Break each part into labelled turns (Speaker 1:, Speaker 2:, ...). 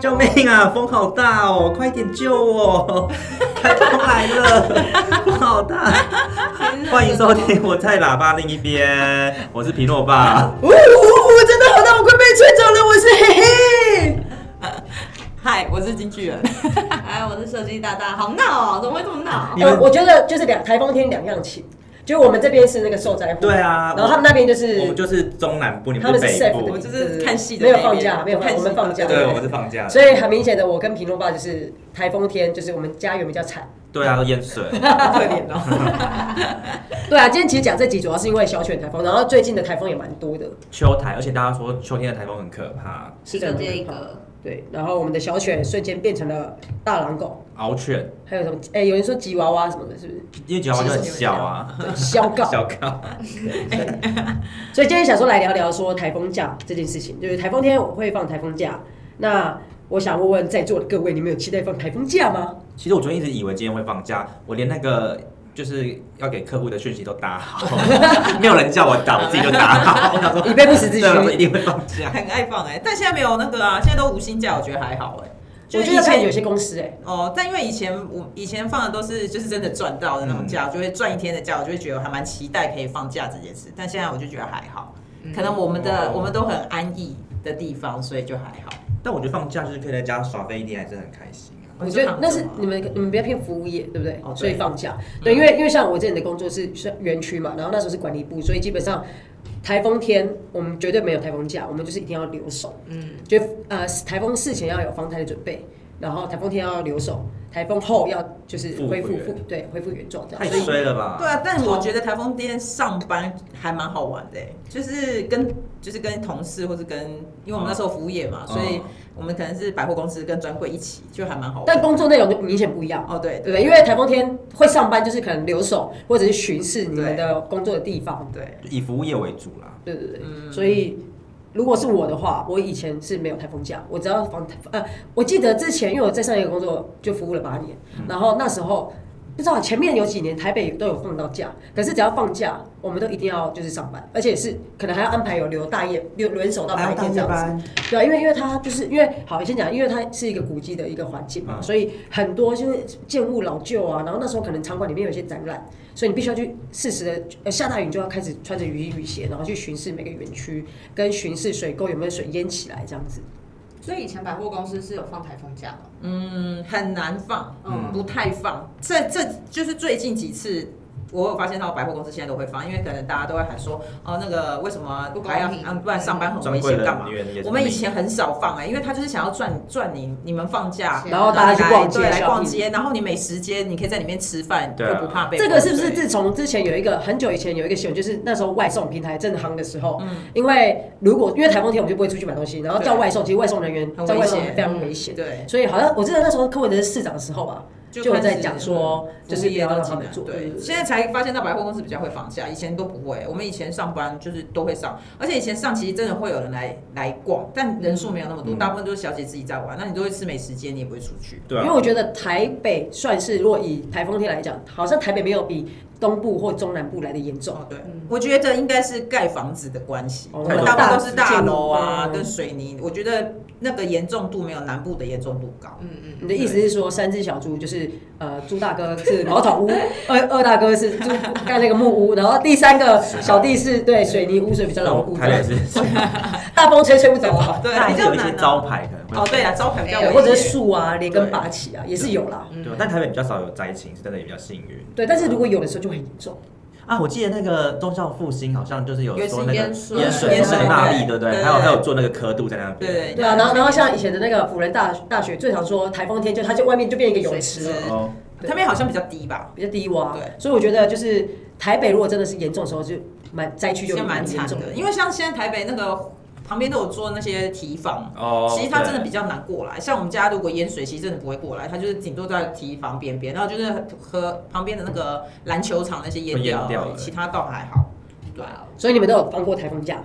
Speaker 1: 救命啊！风好大哦，快点救 我！台风来了，风好大！欢迎收听我在喇叭另一边，我是皮诺爸。
Speaker 2: 呜呜呜！真的好大，我快被吹走了，我是嘿嘿。嗨，我是经纪人。
Speaker 3: 哎，我是设计大大，好闹哦，怎么会这么闹？
Speaker 1: 你们
Speaker 2: 呃我觉得就是两台风天两样情，就我们这边是那个受灾户，
Speaker 1: 对啊
Speaker 2: 然后他们那边就是
Speaker 1: 我们就是中南部，你
Speaker 2: 他
Speaker 1: 们
Speaker 2: 们
Speaker 1: 是
Speaker 2: 是
Speaker 1: 北
Speaker 2: safe
Speaker 1: 部
Speaker 2: 的，
Speaker 3: 我
Speaker 2: 地
Speaker 3: 就
Speaker 2: 方，
Speaker 3: 是看戏的
Speaker 2: 没有
Speaker 3: 那边
Speaker 2: 放假，没有放
Speaker 3: 看戏
Speaker 2: 假，我们放假，
Speaker 3: 的那
Speaker 1: 对，
Speaker 3: 边
Speaker 1: 我是放假的，
Speaker 2: 所以很明显的，我跟皮诺爸就是台风天，就是我们家园比较 惨，
Speaker 1: 对啊，都淹水。
Speaker 2: 可怜哦。 对啊，今天其实讲这集主要是因为小犬台风，然后最近的台风也蛮多的，
Speaker 1: 秋台，而且大家说秋天的台风很可怕，
Speaker 2: 是
Speaker 3: 就
Speaker 2: 的，
Speaker 3: 这一个。
Speaker 2: 对，然后我们的小犬瞬间变成了大狼狗，
Speaker 1: 獒犬，
Speaker 2: 还有什么？哎、有人说吉娃娃什么的，是不是？
Speaker 1: 因为吉娃娃就很小 啊，
Speaker 2: 对，消告。
Speaker 1: 小高。
Speaker 2: 所以今天想说来聊聊说台风假这件事情，就是台风天我会放台风假。那我想问问在座的各位，你们有期待放台风假吗？
Speaker 1: 其实我昨天一直以为今天会放假，我连那个就是要给客户的讯息都打 好，没有人叫我打，我自己就打好。我想说
Speaker 2: 以备不时之需
Speaker 1: 对我一定会放假。
Speaker 3: 很爱放哎、但现在没有那个啊，现在都无薪假，我觉得还好哎、
Speaker 2: 我觉得看有些公司哎、
Speaker 3: 哦，但因为以前我以前放的都是就是真的赚到的那种
Speaker 2: 嗯
Speaker 3: 假，就会赚一天的假，我就会觉得还蛮期待可以放假这件事。但现在我就觉得还好，
Speaker 2: 嗯
Speaker 3: 可能我们的、
Speaker 1: 哦
Speaker 3: 我们都很安逸的地方，所以就还好。
Speaker 1: 但我觉得放假就是可以在家耍飞一天，还是很开心啊。
Speaker 2: 我觉得那是
Speaker 3: 就躺着嘛
Speaker 2: 你们你们不要骗服务业，对不对？
Speaker 3: 哦对
Speaker 2: 所以放假，对，因为因为像我之前的工作是是园区嘛，然后那时候是管理部，所以基本上台风天我们绝对没有台风假，我们就是一定要留守。嗯，就呃台风事前要有防台的准备，然后台风天要留守，台风后要就是
Speaker 1: 复
Speaker 2: 恢复
Speaker 1: 原
Speaker 2: 复对恢复原状这
Speaker 1: 太
Speaker 2: 样。所以
Speaker 1: 衰了吧？
Speaker 3: 对啊，但我觉得台风天上班还蛮好玩的、欸，就是跟就是跟同事或是跟，因为我们那时候服务业嘛，
Speaker 1: 嗯
Speaker 3: 所以我们可能是百货公司跟专柜一起，就还蛮好玩。
Speaker 2: 但工作内容就明显不一样。
Speaker 3: 哦，对
Speaker 2: 对
Speaker 3: 对
Speaker 2: 不对？因为台风天会上班，就是可能留守或者是巡视你们的工作的地方。
Speaker 3: 对，
Speaker 1: 以服务业为主啦。
Speaker 2: 对对对，所以如果是我的话，我以前是没有台风假，我只要防台呃，我记得之前因为我在上一个工作就服务了八年，然后那时候不知道前面有几年台北都有放到假，可是只要放假，我们都一定要就是上班，而且是可能还要安排有留大夜留轮手到白天这样子。
Speaker 1: 班，
Speaker 2: 对啊，因为因为它就是因为好先讲，因为它是一个古迹的一个环境嘛，
Speaker 1: 嗯
Speaker 2: 所以很多就是建物老旧啊，然后那时候可能场馆里面有一些展览，所以你必须要去适时的，呃，下大雨你就要开始穿着雨衣雨鞋，然后去巡视每个园区，跟巡视水沟有没有水淹起来这样子。
Speaker 4: 所以以前百货公司是有放台风假的，
Speaker 3: 嗯，很难放，
Speaker 1: 嗯
Speaker 3: 嗯，不太放。这这就是最近几次。我有发现到百货公司现在都会放，因为可能大家都会喊说，哦，那个为什么
Speaker 4: 不公
Speaker 3: 还要
Speaker 4: 平
Speaker 3: 嗯，不然上班很
Speaker 1: 专
Speaker 3: 危
Speaker 1: 柜
Speaker 3: 险干
Speaker 1: 人
Speaker 3: 嘛？
Speaker 1: 员也是
Speaker 3: 我们以前很少放哎、因为他就是想要赚赚你你们放假，
Speaker 4: 是
Speaker 2: 然后大家去逛街
Speaker 3: 对来
Speaker 2: 消费
Speaker 3: 逛街，然后你美食街，你可以在里面吃饭，
Speaker 1: 对啊
Speaker 3: 又不怕被
Speaker 2: 这个是不是
Speaker 3: 泼水
Speaker 2: 自从之前有一个很久以前有一个新闻，就是那时候外送平台正夯的时候，因为如果因为台风天我们就不会出去买东西，然后叫
Speaker 3: 嗯对
Speaker 2: 外送，其实外送人员
Speaker 3: 很
Speaker 2: 叫
Speaker 3: 危
Speaker 2: 外送
Speaker 3: 险嗯
Speaker 2: 非常危险，
Speaker 3: 对，
Speaker 2: 所以好像我记得那时候柯文哲是市长的时候吧，
Speaker 3: 就
Speaker 2: 就有
Speaker 3: 开始嗯
Speaker 2: 在讲说，就是不
Speaker 3: 也
Speaker 2: 要
Speaker 3: 要
Speaker 2: 让
Speaker 3: 进
Speaker 2: 他
Speaker 3: 来
Speaker 2: 们做。
Speaker 3: 对，现在才发现到百货公司比较会放假，以前都不会。我们以前上班就是都会上，而且以前上其实真的会有人来来逛，但人数没有那么多，
Speaker 1: 嗯
Speaker 3: 大部分都是小姐自己在玩。那你都会吃美食街，你也不会出去。
Speaker 1: 对
Speaker 2: 因为
Speaker 1: 啊，
Speaker 2: 我觉得台北算是，如果以台风天来讲，好像台北没有比东部或中南部来的严重。
Speaker 3: 哦，对
Speaker 4: 嗯，
Speaker 3: 我觉得应该是盖房子的关系，
Speaker 2: 哦
Speaker 3: 我们大部分都是大楼
Speaker 2: 大
Speaker 3: 啊
Speaker 2: 楼
Speaker 3: 跟水泥，我觉得那个严重度没有南部的严重度高。
Speaker 4: 嗯嗯，
Speaker 2: 你的意思是说，三只小猪就是呃，猪大哥是 茅草屋，二二大哥是猪盖那个木屋，然后第三个小弟是对水泥污水比较牢固，
Speaker 1: 啊哦台北是，
Speaker 2: 大风吹吹不走啊。
Speaker 3: 对，
Speaker 1: 但
Speaker 3: 比
Speaker 1: 还是有
Speaker 3: 较
Speaker 1: 一
Speaker 3: 难
Speaker 1: 些
Speaker 3: 啊
Speaker 1: 招牌可能会
Speaker 3: 哦，对啊，招牌比较危
Speaker 2: 对，
Speaker 3: 险，
Speaker 2: 嗯或者是树啊，连根拔起啊，也是有
Speaker 3: 嗯
Speaker 2: 啦。
Speaker 1: 对，但台北比较少有灾情，是真的也比较幸运。
Speaker 2: 对，但是如果有的时候就很严重。
Speaker 1: 啊，我记得那个忠孝复兴好像就是有
Speaker 4: 有
Speaker 1: 说那
Speaker 4: 是
Speaker 1: 个
Speaker 4: 淹水
Speaker 1: 淹水
Speaker 2: 淹
Speaker 1: 淹水
Speaker 2: 水
Speaker 1: 大
Speaker 3: 对
Speaker 1: 力，对不对？
Speaker 3: 对
Speaker 1: 还有
Speaker 3: 对
Speaker 1: 还有做那个刻度在那边，
Speaker 3: 对
Speaker 2: 对啊，然后然后像以前的那个辅仁大大学，最常说台风天就它就外面就变一个泳池了
Speaker 3: 水池。
Speaker 1: 哦，
Speaker 3: 他们好像比较低吧，
Speaker 2: 比较低洼
Speaker 3: 对，
Speaker 2: 所以我觉得就是台北如果真的是严重的时候，就蛮灾区就
Speaker 3: 其实蛮
Speaker 2: 严
Speaker 3: 惨
Speaker 2: 重
Speaker 3: 的，因为像现在台北那个旁边都有做那些提防。
Speaker 1: 哦，
Speaker 3: 其实它
Speaker 1: 对
Speaker 3: 真的比较难过来，像我们家如果淹水，其实真的不会过来，它就是顶多在堤防边边，然后就是和旁边的那个篮球场那些淹
Speaker 1: 都淹
Speaker 3: 掉而已，
Speaker 1: 掉了
Speaker 3: 其他倒还好。对啊，哦
Speaker 2: 所以你们都有放过台风假，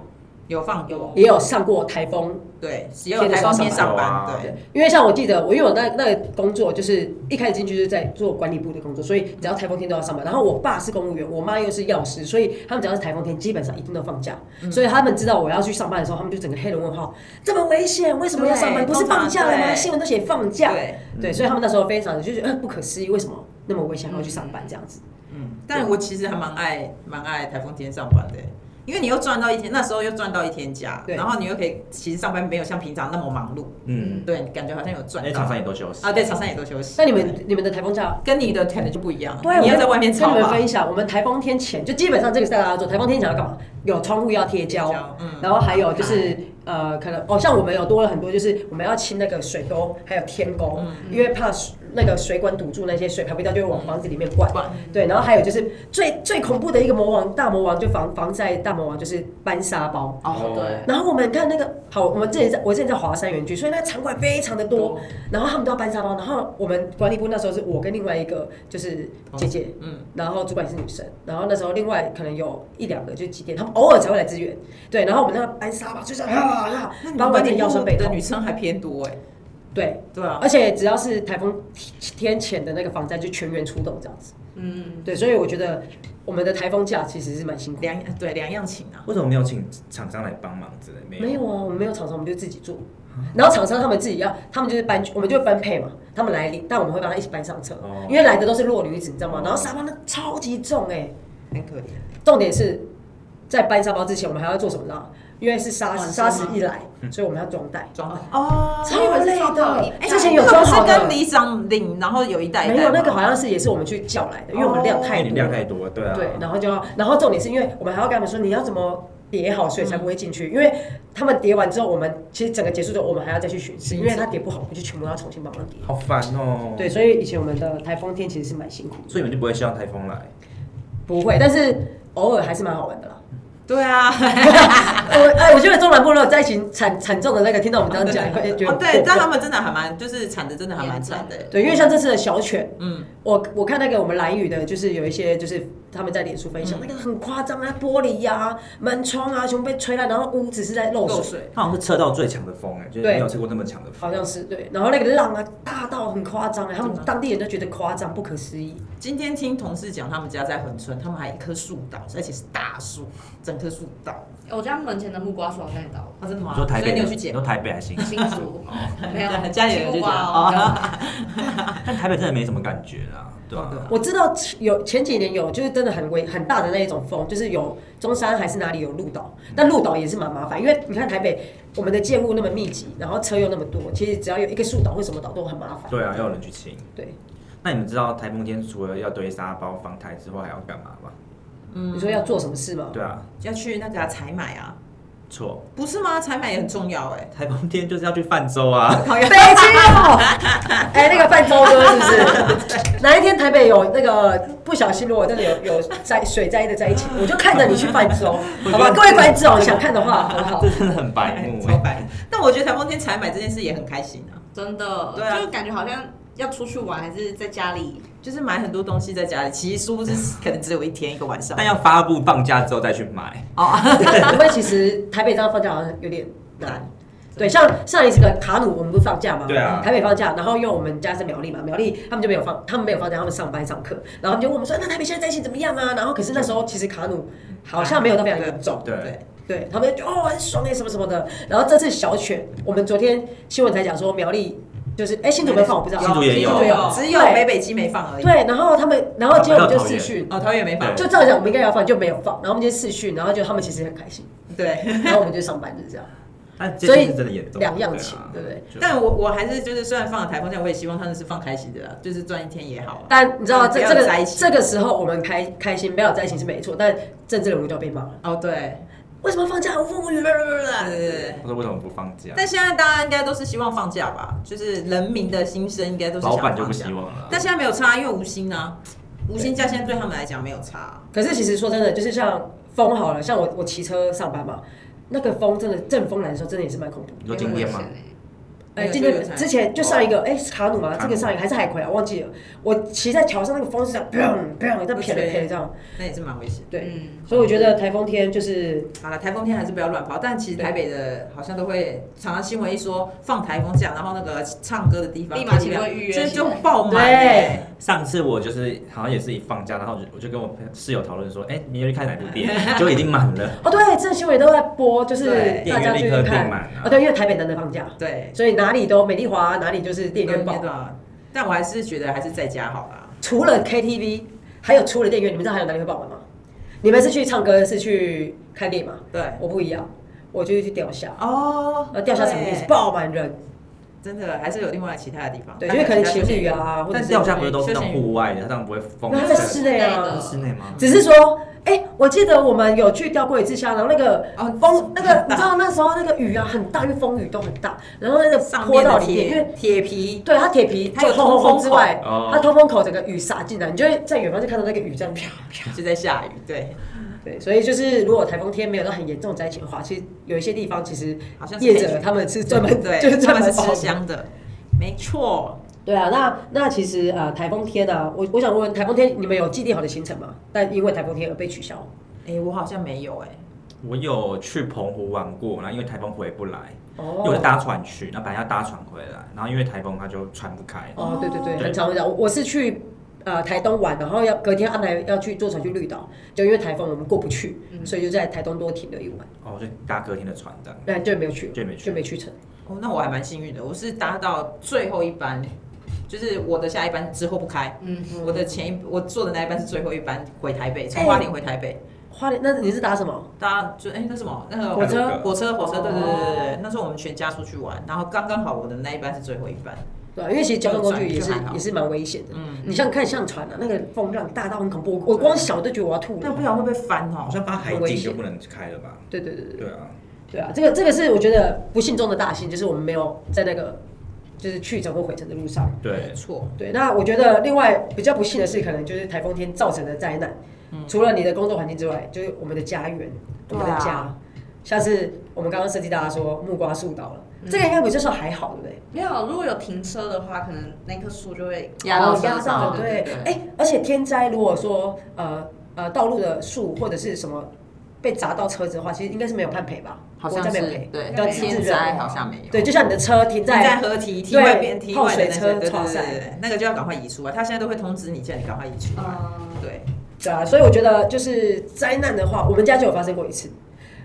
Speaker 3: 有放过，
Speaker 2: 也有上过台风。
Speaker 3: 对，只有台风天上班，
Speaker 1: 天
Speaker 3: 对，
Speaker 2: 因为像我记得，我因为我那那个工作就是一开始进去就是在做管理部的工作，所以只要台风天都要上班。然后我爸是公务员，我妈又是药师，所以他们只要是台风天，基本上一定都放假。
Speaker 3: 嗯
Speaker 2: 所以他们知道我要去上班的时候，他们就整个黑人问号：这么危险，为什么要上班？
Speaker 3: 对
Speaker 2: 不是放假了
Speaker 3: 通
Speaker 2: 吗？
Speaker 3: 常对
Speaker 2: 新闻都写放假。
Speaker 3: 对，
Speaker 2: 对，所以他们那时候非常就觉得呃不可思议，为什么那么危险还要去上班这样子？
Speaker 3: 嗯，但我其实还蛮爱蛮爱台风天上班的，欸因为你又赚到一天，那时候又赚到一天假，
Speaker 2: 对
Speaker 3: 然后你又可以，其实上班没有像平常那么忙碌，
Speaker 1: 嗯，
Speaker 3: 对，感觉好像有赚
Speaker 1: 因为
Speaker 3: 到
Speaker 1: 厂哎商也都休息
Speaker 3: 啊，对，厂商也都休息。
Speaker 2: 那你们你们的台风假？
Speaker 3: 跟你的可能就不一样，
Speaker 2: 对，
Speaker 3: 你要
Speaker 2: 我
Speaker 3: 在外面
Speaker 2: 跟
Speaker 3: 吵
Speaker 2: 你们
Speaker 3: 吧
Speaker 2: 分。享，我们台风天前就基本上这个是大家要做。台风天前要干嘛？有窗户要贴胶，
Speaker 3: 嗯，
Speaker 2: 哦然后还有就是呃，可能哦，像我们有多了很多，就是我们要清那个水沟，还有天沟，因为怕水那个水管堵住那些水排不掉，就会往房子里面灌。
Speaker 3: 管
Speaker 2: 对，然后还有就是最最恐怖的一个魔王大魔王，就防防晒大魔王就是搬沙包。
Speaker 4: 哦，对，
Speaker 2: 然后我们看那个好，我们这里在我之前在华山园区，所以那个场馆非常的多，然后他们都要搬沙包。然后我们管理部那时候是我跟另外一个就是姐姐，
Speaker 3: 嗯，
Speaker 2: 然后主管是女生，然后那时候另外可能有一两个就几点，他们偶尔才会来支援。对，然后我们那个搬沙包就是啊啊，啊
Speaker 3: 那你
Speaker 2: 把
Speaker 3: 们
Speaker 2: 我
Speaker 3: 管
Speaker 2: 们的
Speaker 3: 理
Speaker 2: 腰酸背
Speaker 3: 部的
Speaker 2: 痛
Speaker 3: 女。生还偏多哎，
Speaker 2: 对，
Speaker 3: 对啊，
Speaker 2: 而且只要是台风天前的那个防灾，就全员出动这样子。
Speaker 4: 嗯，
Speaker 2: 对，所以我觉得我们的台风假其实是蛮辛苦的。
Speaker 3: 两对两样情啊，
Speaker 1: 为什么没有请厂商来帮忙之类？没有，
Speaker 2: 没有啊，我们没有嗯厂商，我们就自己做。然后厂商他们自己要，他们就是搬，我们就分配嘛，他们来领，但我们会帮他一起搬上车，
Speaker 1: 哦
Speaker 2: 因为来的都是弱女子，你知道吗？然后沙包那超级重哎、
Speaker 3: 很可怜。
Speaker 2: 重点是在搬沙包之前，我们还要做什么呢？因为是沙
Speaker 4: 晚
Speaker 2: 石，沙
Speaker 4: 上
Speaker 2: 石
Speaker 4: 吗
Speaker 2: 一来，所以我们要装袋，
Speaker 3: 装的哦
Speaker 4: 所以你
Speaker 2: 嗯超
Speaker 4: 们
Speaker 2: 累
Speaker 4: 是装好一
Speaker 2: 的。哎
Speaker 4: 袋
Speaker 2: 之前
Speaker 3: 那
Speaker 2: 有
Speaker 3: 个
Speaker 2: 装
Speaker 3: 不是
Speaker 2: 好的
Speaker 3: 跟，里长领，然后有一代一代
Speaker 2: 没有那个
Speaker 3: 吗
Speaker 2: 好像是也是我们去叫来的，因为我们量
Speaker 1: 因
Speaker 2: 太
Speaker 1: 为你
Speaker 2: 多了，
Speaker 1: 量太多，对啊，
Speaker 2: 对，然后就要，然后重点是因为我们还要跟他们说你要怎么叠好，所以才不会进
Speaker 3: 嗯
Speaker 2: 去。因为他们叠完之后，我们其实整个结束之后，我们还要再去巡视，
Speaker 3: 巡视
Speaker 2: 因为他叠不好，我们就全部要重新帮忙叠。
Speaker 1: 好烦哦。
Speaker 2: 对，，所以以前我们的台风天其实是蛮辛苦的，
Speaker 1: 所以你们就不会希望台风来？
Speaker 3: 嗯
Speaker 2: 不会，但是偶尔还是蛮好玩的啦。
Speaker 3: 对啊，
Speaker 2: 我哎，我觉得中南部落在一起惨惨重的那个，听到我们这样讲，会觉得
Speaker 3: 哦
Speaker 2: 很
Speaker 3: 对
Speaker 2: 过，分
Speaker 3: 但他们真的还蛮，就是产的真的还蛮惨的。
Speaker 2: 对，因为像这次的小犬，
Speaker 3: 嗯，
Speaker 2: 我我看那个我们蓝宇的，就是有一些就是他们在脸书分
Speaker 3: 嗯
Speaker 2: 享，那个很夸张啊，玻璃呀、门窗啊，全部被吹烂，然后屋子是在漏
Speaker 3: 漏
Speaker 2: 水。
Speaker 3: 水，
Speaker 1: 它好像是测到最强的风，哎，就是
Speaker 2: 对
Speaker 1: 没有测过那么强的风。
Speaker 2: 好像是对，然后那个浪啊，大到很夸张，他们当地人都觉得夸张，不可思议。
Speaker 3: 今天听同事讲，他们家在恒春，他们还一棵树倒，而且是大树，整棵树倒。
Speaker 4: 哦我家门前的木瓜树好像也倒了，
Speaker 3: 啊，真的
Speaker 1: 你
Speaker 3: 吗？
Speaker 1: 说台
Speaker 3: 所以
Speaker 1: 北
Speaker 3: 你
Speaker 1: 的，
Speaker 3: 有去捡
Speaker 1: 你？说台北还行，哦
Speaker 4: 新 竹 没有，
Speaker 3: 家里人就觉
Speaker 4: 青木瓜
Speaker 3: 得
Speaker 4: 哦，
Speaker 3: 哦，
Speaker 1: 但台北真的没什么感觉啦，对啊
Speaker 3: 好的
Speaker 1: 吧？
Speaker 2: 我知道有前几年有，就是真的很危很大的那一种风，就是有中山还是哪里有鹿岛，但鹿岛也是蛮麻烦，因为你看台北我们的建物那么密集，然后车又那么多，其实只要有一个树岛或什么岛都很麻烦。
Speaker 1: 对啊，要有人去清。
Speaker 2: 对，
Speaker 1: 那你们知道台风天除了要堆沙包、防台之外，还要干嘛吗？
Speaker 3: 嗯
Speaker 2: 你说要做什么事吗？
Speaker 1: 对啊，
Speaker 3: 要去那个啊采买啊，
Speaker 1: 错，
Speaker 3: 不是吗？采买也很重要哎。
Speaker 1: 台风天就是要去泛舟啊。
Speaker 3: 好
Speaker 2: 北
Speaker 3: 呀，
Speaker 2: 京哦，哎、那个泛舟哥是 不是？哪一天台北有那个不小心，如果真的有有灾水灾 的灾情，我就看着你去泛舟，好吧？各位观众想看的话，很好。
Speaker 1: 这真的很白 目
Speaker 3: 超
Speaker 1: 哎。
Speaker 3: 白。但我觉得台风天采买这件事也很开心啊，
Speaker 4: 真的，
Speaker 3: 对啊
Speaker 4: 就感觉好像要出去玩还是在家里，
Speaker 3: 就是买很多东西在家里，其实殊不知可能只有一天一个晚上
Speaker 2: 哎
Speaker 1: 但。要发布放假之后再去买，
Speaker 2: 因为其实台北这样放假好像有点难
Speaker 3: 难。
Speaker 2: 对，像上一次的卡努，我们不是放假吗？
Speaker 1: 对啊
Speaker 2: 台北放假，然后因为我们家是苗栗嘛，苗栗他们就没有放，他们没有放假，他们上班上课，然后他们就问我们说，那台北现在在一起怎么样啊？然后可是那时候其实卡努好像没有到非常严重，
Speaker 1: 对，
Speaker 2: 对他们就觉得哦很爽哎什么什么的。然后这次小犬，我们昨天新闻才讲说苗栗就是哎新竹没放，我不知道
Speaker 1: 新竹也有
Speaker 2: 新竹有
Speaker 3: 只有北北基没放而已。
Speaker 2: 对，然后他们然后结果我们就视讯，
Speaker 3: 哦，桃园没放，
Speaker 2: 就照讲我们应该要放就没有放，然后我们就视讯，然后就他们其实很开 心，
Speaker 3: 对。
Speaker 2: 然后我们就上班就是这样。
Speaker 1: 但这
Speaker 2: 所以
Speaker 1: 件事真的严重，
Speaker 2: 两样
Speaker 1: 啊
Speaker 2: 情对不对？
Speaker 1: 就
Speaker 3: 但我我还是就是，虽然放了台风假，我也希望他们是放开心的啦，就是赚一天也好啊啦。
Speaker 2: 但你知道这
Speaker 3: 不要
Speaker 2: 这
Speaker 3: 在
Speaker 2: 个
Speaker 3: 一起
Speaker 2: 这个时候我们开开心，没有在一起是没错，但政治人物就要被骂了。
Speaker 3: 哦，对，
Speaker 2: 为什么放假无风无雨？
Speaker 3: 对对对。
Speaker 1: 我说为什么不放假？
Speaker 3: 但现在大家应该都是希望放假吧，就是人民的心声应该都是想
Speaker 1: 老
Speaker 3: 放
Speaker 1: 板
Speaker 3: 假。
Speaker 1: 就不希望了。
Speaker 3: 但现在没有差，因为无薪啊，无薪假现在对他们来讲没有差。啊
Speaker 2: 可是其实说真的，就是像风好了，像我我骑车上班嘛，那个风真的阵风来的时候，真的也是蛮恐怖的。
Speaker 1: 你说今天吗？
Speaker 4: 有点危险欸
Speaker 2: 哎、哎，
Speaker 3: 有
Speaker 2: 今
Speaker 3: 这个
Speaker 2: 天
Speaker 3: 才
Speaker 2: 之前就上一个，哎、是卡努嘛，
Speaker 1: 卡
Speaker 2: 这
Speaker 1: 努
Speaker 2: 个上一个还是海葵啊，忘记了。我骑在桥上，那个风是这样，砰砰，这样撇了撇了这样。
Speaker 3: 那也是蛮危险。
Speaker 2: 对，
Speaker 4: 嗯，
Speaker 2: 所以我觉得台风天就是
Speaker 3: 好了，台风天还是不要乱跑。但其实台北的好像都会，常常新闻一说放台风假，然后那个唱歌的地方
Speaker 4: 立马请问预约
Speaker 3: 就
Speaker 4: 起来
Speaker 3: 就爆满、欸。
Speaker 1: 上次我就是好像也是一放假，然后我就我就跟我室友讨论说，哎、明天去看哪部电 影，就已经满了，
Speaker 2: 哦，对，这新闻也都在播，就是
Speaker 3: 对
Speaker 2: 大
Speaker 1: 电
Speaker 2: 家
Speaker 1: 影院
Speaker 2: 去
Speaker 1: 立刻订
Speaker 2: 看。
Speaker 1: 满
Speaker 2: 啊、
Speaker 1: 啊。
Speaker 2: 对，因为台北难得放假，
Speaker 3: 对，
Speaker 2: 所以哪里都美丽华，哪里就是电影院
Speaker 3: 对
Speaker 2: 爆。
Speaker 3: 的。但我还是觉得还是在家好啦。
Speaker 2: 除了 KTV，还有除了电影院，你们知道还有哪里会爆满吗？你们是去唱歌，是去看电影吗？
Speaker 3: 对，
Speaker 2: 我不一样，我就是去钓虾。
Speaker 3: 哦
Speaker 2: 呃，钓虾什么意思？爆满人，
Speaker 3: 真的还是有另外其他的地方。
Speaker 2: 对，因为可能情侣
Speaker 3: 啊。
Speaker 2: 啊，或者
Speaker 1: 但
Speaker 2: 是
Speaker 1: 钓虾不是都是那种
Speaker 3: 哦
Speaker 1: 户外的，它当然不会放
Speaker 2: 那它在室内
Speaker 4: 室内
Speaker 2: 啊
Speaker 4: 的。
Speaker 1: 室内吗？
Speaker 2: 只是说，哎、我记得我们有去钓过一次虾，然后那个
Speaker 3: 哦
Speaker 2: 风，那个
Speaker 3: 很大
Speaker 2: 你知道那时候那个雨啊很大，因为风雨都很大，然后那 个
Speaker 3: 上
Speaker 2: 坡
Speaker 3: 面
Speaker 2: 到
Speaker 3: 的
Speaker 2: 里面，因为
Speaker 3: 铁铁皮，
Speaker 2: 对它铁皮
Speaker 3: 它有
Speaker 2: 就通
Speaker 3: 通
Speaker 2: 风
Speaker 3: 风
Speaker 2: 之外，
Speaker 1: 口哦
Speaker 2: 它通风口整个雨洒进来，你就会在远方就看到那个雨这样飘飘。
Speaker 3: 就在下雨， 对，
Speaker 2: 对，所以就是如果台风天没有到很严重灾情的话，其实有一些地方其实
Speaker 3: 好像是
Speaker 2: 业
Speaker 3: 可以
Speaker 2: 者
Speaker 3: 去
Speaker 2: 他们是专门
Speaker 3: 对，
Speaker 2: 就是
Speaker 3: 他
Speaker 2: 专
Speaker 3: 们
Speaker 2: 门
Speaker 3: 是
Speaker 2: 保护
Speaker 3: 吃香的，没错。
Speaker 2: 对啊，那那其实呃台风天啊，我我想问台风天你们有既定好的行程吗？但因为台风天而被取消。
Speaker 3: 哎、我好像没有哎、
Speaker 1: 我有去澎湖玩过，然后因为台风回不来，因
Speaker 2: 哦
Speaker 1: 为我是搭船去，那本来要搭船回来，然后因为台风它就船不开。
Speaker 2: 哦，对对对，
Speaker 1: 对
Speaker 2: 很常会这样。我我是去呃台东玩，然后要隔天安排要去坐船去绿岛，就因为台风我们过不去，
Speaker 4: 嗯
Speaker 2: 所以就在台东多停了一晚，
Speaker 1: 哦，就搭隔天的船这样。
Speaker 2: 但就没有去了，
Speaker 1: 就没去
Speaker 2: 就没去成。
Speaker 3: 哦，那我还蛮幸运的，我是搭到最后一班，就是我的下一班之后不开，
Speaker 4: 嗯，
Speaker 3: 我的前一我坐的那一班是最后一班回台北，从花莲回台北，
Speaker 2: 花莲，那你是打什么？
Speaker 3: 搭就哎、那什么那个
Speaker 2: 火车
Speaker 3: 火车火车，对对对对对
Speaker 2: 哦，
Speaker 3: 那时候我们全家出去玩，然后刚刚好我的那一班是最后一班，
Speaker 2: 对啊，因为其实交通工具也是
Speaker 3: 就还好
Speaker 2: 也是蛮危险的。
Speaker 3: 嗯，
Speaker 2: 你像看像船啊，那个风浪大到很恐怖，我我光想都觉得我要吐
Speaker 3: 但
Speaker 2: 了。
Speaker 3: 不晓得会不会翻哦
Speaker 1: 好，像发海
Speaker 2: 很危
Speaker 1: 景
Speaker 2: 险
Speaker 1: 就不能开了吧？
Speaker 2: 对对对对
Speaker 1: 对啊，
Speaker 2: 对啊，这个这个是我觉得不幸中的大幸，就是我们没有在那个就是去程或回程的路上。
Speaker 1: 对
Speaker 3: 没，错，
Speaker 2: 对，那我觉得另外比较不幸的是，可能就是台风天造成的灾难。
Speaker 3: 嗯
Speaker 2: 除了你的工作环境之外，就是我们的家园，我们的
Speaker 3: 对
Speaker 2: 家
Speaker 3: 啊。
Speaker 2: 像是我们刚刚设计大家说木瓜树倒了，
Speaker 3: 嗯
Speaker 2: 这个应该比较算还好，对不对？
Speaker 4: 没有，如果有停车的话，可能那棵树就会
Speaker 3: 压到
Speaker 2: 哦
Speaker 3: 车
Speaker 2: 压到
Speaker 3: 上
Speaker 2: 对
Speaker 3: 对对。对
Speaker 2: 哎，而且天灾如果说呃呃道路的树或者是什么被砸到车子的话，其实应该是没有判赔吧？国家没有赔。
Speaker 3: 对
Speaker 2: 要
Speaker 4: 天
Speaker 2: 自
Speaker 4: 灾
Speaker 2: 认
Speaker 4: 好像
Speaker 3: 没有
Speaker 2: 对，就像你的车停
Speaker 3: 在在
Speaker 2: 在
Speaker 3: 合体体
Speaker 2: 对
Speaker 3: 外边体
Speaker 2: 泡
Speaker 3: 外的
Speaker 2: 水
Speaker 3: 那些，
Speaker 2: 车
Speaker 3: 对对对
Speaker 2: 超
Speaker 3: 对
Speaker 2: 载
Speaker 3: 对，那个就要赶快移出啊！他现在都会通知你，叫你赶快移出啊。
Speaker 4: 嗯，
Speaker 3: 对，
Speaker 2: 对啊，所以我觉得就是灾难的话，我们家就有发生过一次。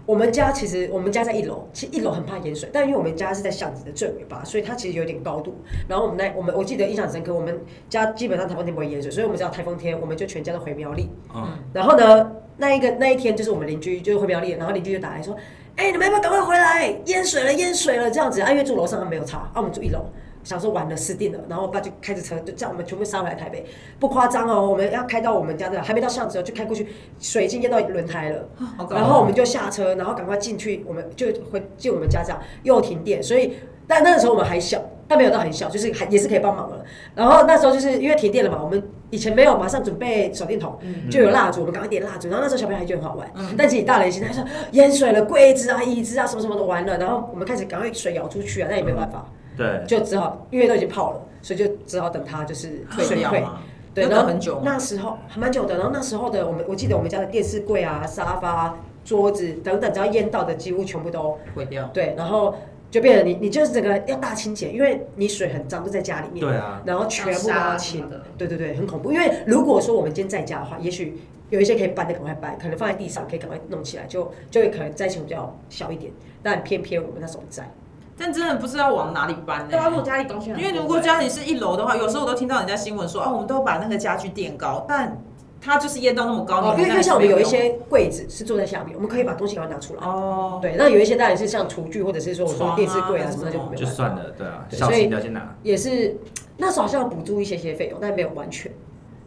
Speaker 2: 我们家其实我们家在一楼，其实一楼很怕淹水，但因为我们家是在巷子的最尾巴，所以它其实有点高度。然后我们那我们我记得印象很深刻，我们家基本上台风天不会淹水，所以我们只要台风天，我们就全家都回苗栗。
Speaker 1: 嗯，
Speaker 2: 然后呢，那一个那一天就是我们邻居就是回苗栗，然后邻居就打来说，哎、你们要不要赶快回来？淹水了，淹水了这样子。啊，因为住楼上他没有查，啊，我们住一楼。想说完了，死定了，然后我爸就开着车，就叫我们全部杀回来台北，不夸张哦，我们要开到我们家的，还没到巷子哦，就开过去，水已经淹到轮胎了，
Speaker 3: 好搞
Speaker 2: 然后我们就下车，然后赶快进去，我们就回进我们家这样，又停电，所以但那个时候我们还小，但没有到很小，就是还也是可以帮忙了。然后那时候就是因为停电了嘛，我们以前没有马上准备手电筒，
Speaker 3: 嗯
Speaker 2: 就有蜡烛，我们赶快点蜡烛。然后那时候小朋友还觉得很好玩，但其实大人现在说淹水了，柜子啊、椅子啊什么什么都完了，然后我们开始赶快水舀出去啊，那也没有办法，
Speaker 3: 嗯
Speaker 1: 对，
Speaker 2: 就只好因为都已经泡了，所以就只好等它就是
Speaker 3: 退
Speaker 2: 水
Speaker 3: 掉
Speaker 2: 退。
Speaker 1: 啊
Speaker 3: 嘛，
Speaker 2: 对，
Speaker 3: 要
Speaker 2: 然
Speaker 3: 等
Speaker 2: 后
Speaker 3: 很久嘛。
Speaker 2: 那时候还蛮久的，然后那时候的我们，我记得我们家的电视柜啊、沙发啊、桌子等等，只要淹到的几乎全部都
Speaker 3: 毁掉。
Speaker 2: 对，然后就变成你你就是整个要大清洁，因为你水很脏，都在家里面，
Speaker 1: 对啊，
Speaker 2: 然后全部都要
Speaker 4: 像沙什
Speaker 2: 清
Speaker 4: 么的，
Speaker 2: 对对对，很恐怖。因为如果说我们今天在家的话，也许有一些可以搬的赶快搬，可能放在地上可以赶快弄起来，就就会可能灾情比较小一点。但偏偏我们那时候不在，
Speaker 3: 但真的不知道往哪里搬
Speaker 4: 对啊，如果
Speaker 3: 呢。
Speaker 4: 家里东西很
Speaker 3: 因
Speaker 4: 多，
Speaker 3: 为如果家里是一楼的话，有时候我都听到人家新闻说，啊，我们都把那个家具垫高，但它就是淹到那么高，你
Speaker 2: 哦，
Speaker 3: 们
Speaker 2: 因为因
Speaker 3: 那里
Speaker 2: 为像我们有
Speaker 3: 没
Speaker 2: 一
Speaker 3: 用
Speaker 2: 些柜子是坐在下面，我们可以把东西赶快拿出来。
Speaker 3: 哦，
Speaker 2: 对，那有一些当然是像厨具或者是说我
Speaker 3: 床
Speaker 2: 说
Speaker 3: 啊
Speaker 2: 电视柜啊什么的
Speaker 3: 那
Speaker 2: 就
Speaker 3: 种
Speaker 2: 没有
Speaker 1: 就
Speaker 2: 办法
Speaker 1: 算，了，对啊，
Speaker 2: 对
Speaker 1: 小
Speaker 2: 所以
Speaker 1: 心的先拿。
Speaker 2: 也是那时候好像补助一些些费用，但没有完全。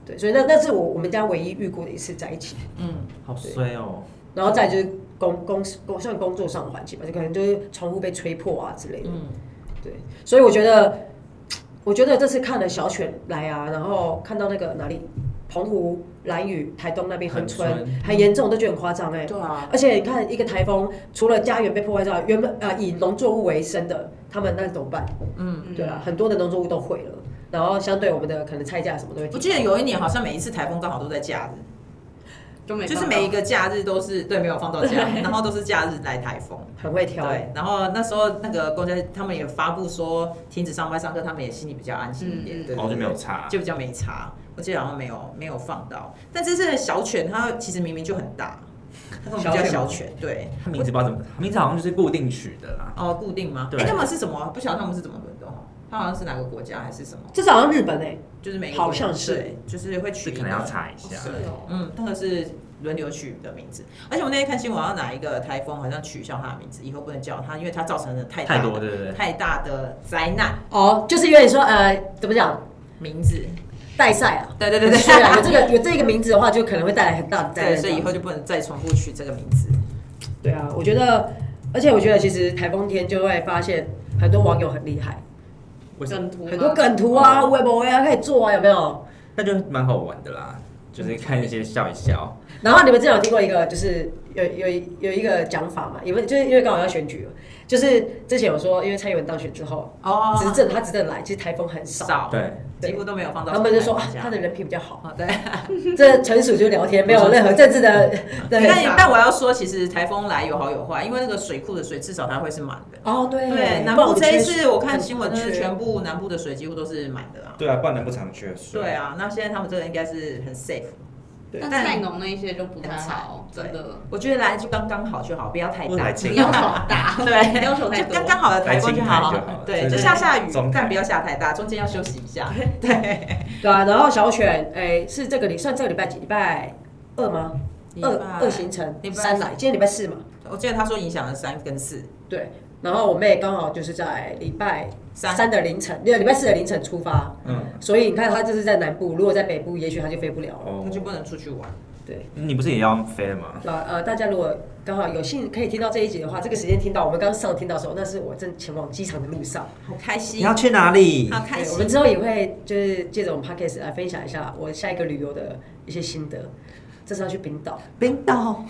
Speaker 2: 对，所以那那是我我们家唯一遇过的一次在一起，
Speaker 3: 嗯，
Speaker 1: 好衰哦，
Speaker 2: 然后再就是工工工算工作上的环境吧，就可能就是窗户被吹破啊之类的。
Speaker 3: 嗯
Speaker 2: 对，所以我觉得，我觉得这次看了小犬来啊，然后看到那个哪里，澎湖、兰屿、台东那边
Speaker 1: 很
Speaker 2: 很村
Speaker 1: 村
Speaker 2: 很严重，都觉得很夸张哎。
Speaker 3: 对啊，
Speaker 2: 而且你看，一个台风，除了家园被破坏之外，原本呃以农作物为生的，他们那怎么办？
Speaker 3: 嗯，
Speaker 4: 嗯
Speaker 2: 对啊，，很多的农作物都毁了，然后相对我们的可能菜价什么都会提
Speaker 3: 我
Speaker 2: 高。
Speaker 3: 记得有一年好像每一次台风刚好都在假日，
Speaker 4: 就没
Speaker 3: 就是
Speaker 4: 办法
Speaker 3: 每一个假日都是对没有放到假，然后都是假日来台风。
Speaker 2: 很会挑，哎
Speaker 3: 对，然后那时候那个公家他们也发布说停止上班上课，他们也心里比较安心一点，
Speaker 4: 嗯嗯
Speaker 3: 对，
Speaker 1: 哦就没有
Speaker 3: 对
Speaker 1: 差，
Speaker 3: 就比较没差。我记得好像没有没有放到，但这次的小犬它其实明明就很大，它跟我们
Speaker 2: 小
Speaker 3: 叫
Speaker 2: 犬
Speaker 3: 小犬，对，
Speaker 1: 他名字不知道怎么，名字好像就是固定取的啦。
Speaker 3: 哦，固定吗？
Speaker 1: 对
Speaker 3: 哎，他们是什么啊？不晓得他们是怎么轮动，它好像是哪个国家还是什么，
Speaker 2: 这是好像日本哎诶、
Speaker 3: 就是每个
Speaker 2: 好像是
Speaker 3: 对就是会取
Speaker 1: 这
Speaker 3: 一
Speaker 1: 可能要
Speaker 3: 个
Speaker 1: 查一
Speaker 4: 哦
Speaker 1: 下
Speaker 4: 是。哦，
Speaker 3: 嗯，那个是轮流取的名字。而且我那天看新闻，好像哪一个台风好像取消它的名字，以后不能叫它，因为它造成了太大
Speaker 1: 太
Speaker 3: 的
Speaker 1: 多，对不对？
Speaker 3: 太大的灾难。
Speaker 2: 哦，就是有点说呃，怎么讲，
Speaker 3: 名字，
Speaker 2: 代赛啊，
Speaker 3: 对对对
Speaker 2: 对
Speaker 3: 对，
Speaker 2: 对啊，有这个有这个名字的话，就可能会带来很大的灾
Speaker 3: 对，
Speaker 2: 难。
Speaker 3: 所以以后就不能再重复取这个名字。
Speaker 2: 对啊，我觉得，而且我觉得其实台风天就会发现很多网友很厉害，
Speaker 1: 我是
Speaker 4: 梗图
Speaker 3: 嗯
Speaker 4: 吗
Speaker 2: 很多梗图啊、微博啊可以做啊，有没有？
Speaker 1: 那就蛮好玩的啦，就是看一些笑一笑。
Speaker 2: 然后你们之前有听过一个，就是有有一有一个讲法嘛，因为就是因为刚好要选举了，就是之前有说，因为蔡英文当选之后，
Speaker 3: 哦
Speaker 2: 执政他执政来，其实台风很少，
Speaker 3: 少，
Speaker 1: 对，
Speaker 2: 对
Speaker 3: 几乎都没有放到。
Speaker 2: 他们就说啊，他的人品比较好，
Speaker 3: 哦， 对，
Speaker 2: 这纯属就聊天，没有任何政 治的的
Speaker 3: 但但我要说，其实台风来有好有坏，因为那个水库的水至少它会是满的。
Speaker 2: 哦对
Speaker 3: 对，南
Speaker 2: 不然
Speaker 3: 部
Speaker 2: 们
Speaker 3: 这一
Speaker 2: 缺
Speaker 3: 次我看新闻，
Speaker 2: 很
Speaker 3: 就是
Speaker 2: 缺
Speaker 3: 全部南部的水几乎都是满的啊。
Speaker 1: 对啊，不然能不常缺水
Speaker 3: 对，啊，那现在他们这个应该是很 safe。
Speaker 2: 对
Speaker 4: 但菜农那一些就不太好，
Speaker 3: 很惨
Speaker 4: 真的
Speaker 3: 我觉得来就刚刚好就好，不要太
Speaker 1: 不
Speaker 3: 大，
Speaker 1: 来。劲
Speaker 4: 不要好大
Speaker 3: 对，
Speaker 4: 要求太
Speaker 3: 就
Speaker 4: 多，
Speaker 3: 刚刚好的台风就好，
Speaker 1: 来轻拍就好
Speaker 3: 对，
Speaker 1: 真
Speaker 3: 就
Speaker 1: 的
Speaker 3: 下下雨
Speaker 1: 中，台
Speaker 3: 但不要下太大，中间要休息一下。对，
Speaker 2: 对啊，然后小犬，哎、是这个礼算这个礼拜几？礼拜二吗？二二行程
Speaker 3: 礼拜
Speaker 2: 三来，今天礼拜四嘛。
Speaker 3: 我记得他说影响了三跟四，
Speaker 2: 对，然后我妹刚好就是在礼拜
Speaker 3: 三
Speaker 2: 三的凌晨，对，礼拜四的凌晨出发，
Speaker 1: 嗯，
Speaker 2: 所以你看她这是在南部，如果在北部，也许她就飞不了了。
Speaker 1: 哦
Speaker 3: 他就不能出去玩。
Speaker 2: 对，
Speaker 1: 你不是也要飞了吗？
Speaker 2: 对啊呃，大家如果刚好有幸可以听到这一集的话，这个时间听到，我们刚上听到的时候，那是我正前往机场的路上。
Speaker 3: 好开
Speaker 1: 你
Speaker 3: 心，
Speaker 1: 要去哪里？
Speaker 3: 好开
Speaker 2: 对，我
Speaker 3: 心
Speaker 2: 们。之后也会就是借着我们 podcast 来分享一下我下一个旅游的一些心得。这是要去冰岛，
Speaker 1: 冰岛，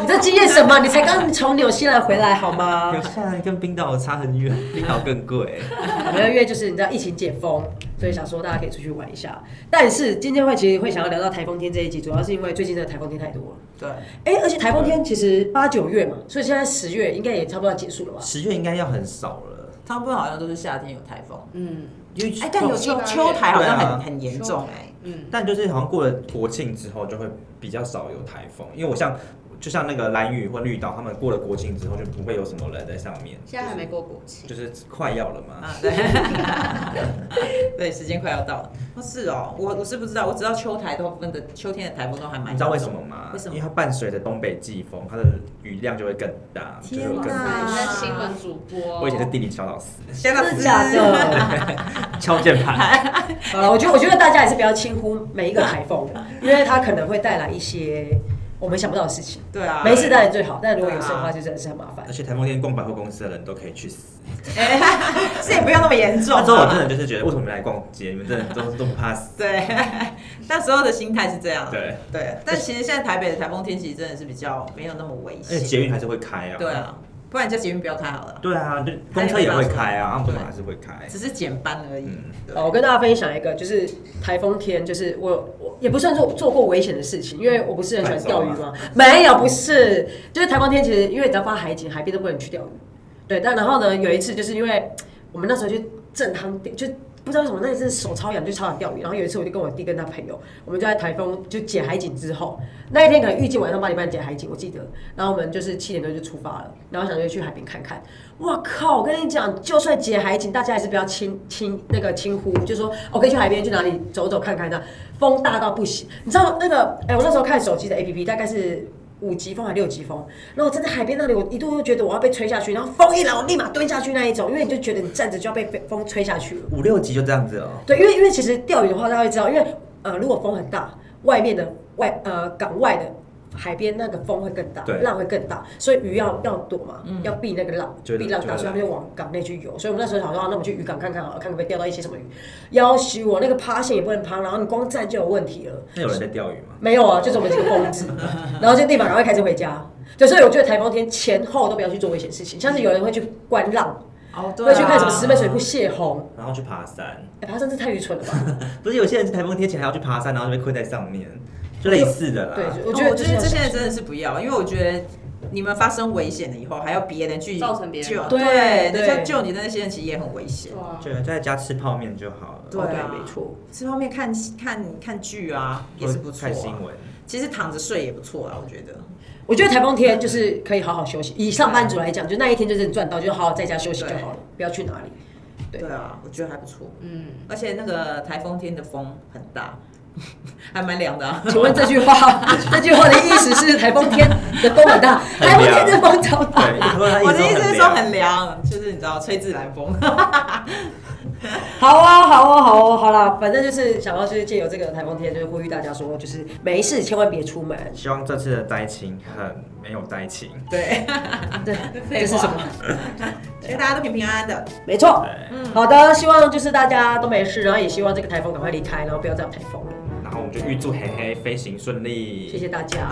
Speaker 2: 你在经验什么？你才刚从纽西兰回来 好吗
Speaker 1: 纽？西兰跟冰岛差很 远，冰岛更贵。
Speaker 2: 我们因为就是你知道疫情解封，所以想说大家可以出去玩一下。但是今天会其实会想要聊到台风天这一集，主要是因为最近的台风天太多了。
Speaker 3: 对，
Speaker 2: 哎、而且台风天其实八九月嘛，所以现在十月应该也差不多要结束了吧？
Speaker 1: 十月应该要很少了，
Speaker 3: 他们好像都是夏天有台风，
Speaker 4: 嗯，
Speaker 1: 因为
Speaker 3: 哎，但有
Speaker 4: 七八
Speaker 3: 秋
Speaker 4: 月
Speaker 3: 秋台好像
Speaker 1: 对啊
Speaker 3: 很很严重哎。，
Speaker 4: 嗯，
Speaker 1: 但就是好像过了国庆之后就会比较少有台风，因为我像就像那个蓝屿或绿岛，他们过了国庆之后就不会有什么人在上面。
Speaker 4: 现在还没过国庆，
Speaker 1: 就是快要了嘛。
Speaker 3: 啊，对， 对，时间快要到了。哦，是哦，我我是不知道，我只知道秋台都分的秋天的台风都还蛮。
Speaker 1: 你知道为什？么吗？
Speaker 3: 啊哎为什么
Speaker 1: 因为它伴随着东北季风，它的雨量就会更大，就
Speaker 3: 天
Speaker 1: 是会更
Speaker 3: 哪
Speaker 1: 大。
Speaker 4: 你是新闻主播，
Speaker 1: 我以前是地理小老师，
Speaker 3: 香港
Speaker 2: 真的假？的？
Speaker 1: 敲键 盘。
Speaker 2: 好了，我觉得我觉得大家还是不要轻忽每一个台风，因为它可能会带来一些我们想不到的事情。
Speaker 3: 对啊，
Speaker 2: 没事当然最好，但如果有事的
Speaker 3: 对
Speaker 2: 话，
Speaker 3: 啊
Speaker 2: 就真的是很麻烦
Speaker 1: 而。且台风天逛百货公司的人都可以去死。
Speaker 3: 是也不用那么严重啊。
Speaker 1: 那时候我真的就是觉得，为什么你们来逛街？你们真的都都不怕死？
Speaker 3: 对，那时候的心态是这样。
Speaker 1: 对，
Speaker 3: 对，但其实现在台北的台风天气真的是比较没有那么危
Speaker 1: 而且
Speaker 3: 险。
Speaker 1: 捷运还是会开啊。
Speaker 3: 对。啊，不然你叫捷运不要开好了，
Speaker 1: 对啊，就公车也会开啊，
Speaker 3: 还有
Speaker 1: 阿姆
Speaker 3: 没办法
Speaker 1: 马还是会开。
Speaker 3: 只是减班而已。
Speaker 1: 嗯
Speaker 3: 对
Speaker 2: 哦，我跟大家分享一个，就是台风天，就是我有我也不算做做过危险的事情，因为我不是很喜欢钓鱼
Speaker 1: 泛舟
Speaker 2: 嘛。 没有，不是，就是台风天，其实因为只要发海景，海边都不能去钓鱼。对，但然后呢，有一次就是因为我们那时候去正夯钓，就不知道为什么那一次手超痒，就超想钓鱼。然后有一次我就跟我弟跟他朋友，我们就在台风就解海景之后，那一天可能预计晚上八点半解海景，我记得。然后我们就是七点多就出发了，然后想就去海边看看。哇靠！我跟你讲，就算解海景，大家还是不要轻轻那个轻忽，就说我可以去海边去哪里走走看看的。风大到不行，你知道那个？哎、我那时候看手机的 APP，大概是。五级风还六级风，然后我站在海边那里，我一度又觉得我要被吹下去，然后风一来，我立马蹲下去那一种，因为你就觉得你站着就要被风吹下去了。
Speaker 1: 五六集就这样子哦。
Speaker 2: 对，因为因为其实钓鱼的话，大家会知道，因为呃，如果风很大，外面的外呃港外的海边那个风会更大
Speaker 1: 对，
Speaker 2: 浪会更大，所以鱼要要躲嘛，
Speaker 3: 嗯
Speaker 2: 要避那个浪，
Speaker 1: 就
Speaker 2: 避浪大，
Speaker 1: 就
Speaker 2: 所以他们就往港内去游。所以我们那时候想说，啊那我们去渔港看看好了，看可不可以钓到一些什么鱼。要死我那个趴线也不能趴，然后你光站就有问题了。
Speaker 1: 那有人在钓鱼吗？
Speaker 2: 没有啊，就是我们几个疯 子，然后就立马赶快开车回家。对，所以我觉得台风天前后都不要去做危险事情，像是有人会去观浪，
Speaker 3: 哦，对、啊，
Speaker 2: 会去看什么石门水库泄洪，
Speaker 1: 然后去爬山，
Speaker 2: 哎、爬山这太愚蠢了吧？
Speaker 1: 不是有些人是台风天前还要去爬山，然后就被困在上面，就类似的啦。
Speaker 2: 对，就
Speaker 3: 我
Speaker 2: 我
Speaker 3: 觉得哦
Speaker 2: 觉得
Speaker 3: 啊我觉
Speaker 2: 就是
Speaker 3: 得
Speaker 2: 要
Speaker 3: 这现在真的是不要，因为我觉得你们发生危险了以后，还要别人去
Speaker 4: 造成别人
Speaker 3: 救，
Speaker 4: 麻
Speaker 2: 烦
Speaker 3: 对，
Speaker 2: 对嗯
Speaker 3: 人家救你的那些人其实也很危险。
Speaker 4: 啊
Speaker 1: 就就在家吃泡面就好了，
Speaker 3: 对啊
Speaker 2: 哦对，没错。
Speaker 3: 这方面看看看剧啊，也是不错、啊。
Speaker 1: 看新闻，
Speaker 3: 其实躺着睡也不错啊啦，我觉得。
Speaker 2: 我觉得台风天就是可以好好休息。以上班族来讲，就那一天就是赚到，就好好在家休息就好了，不要去哪里。对
Speaker 3: 对啊，我觉得还不错。
Speaker 4: 嗯，
Speaker 3: 而且那个台风天的风很大， 还蛮凉的、啊。
Speaker 2: 请问这句话，这句话的意思是台风天的风很大，
Speaker 1: 很
Speaker 2: 台风天的风超大。
Speaker 1: 对，因为啊他
Speaker 3: 我的意思是说
Speaker 1: 很
Speaker 3: 很凉，就是你知道吹自然 风。
Speaker 2: 好啊，好啊，好啊，好啦，反正就是想要就是借由这个台风天，就是呼吁大家说，就是没事千万别出门。
Speaker 1: 希望这次的灾情很没有灾情，
Speaker 3: 对，
Speaker 2: 对，
Speaker 4: 废话
Speaker 2: 这是什么？
Speaker 3: 所以大家都平平安安的。
Speaker 2: 没错。
Speaker 1: 对，
Speaker 2: 好的，希望就是大家都没事，然后也希望这个台风赶快离开，然后不要再有台风了。
Speaker 1: 然后我们就预祝嘿嘿飞行顺利，
Speaker 2: 谢谢大家。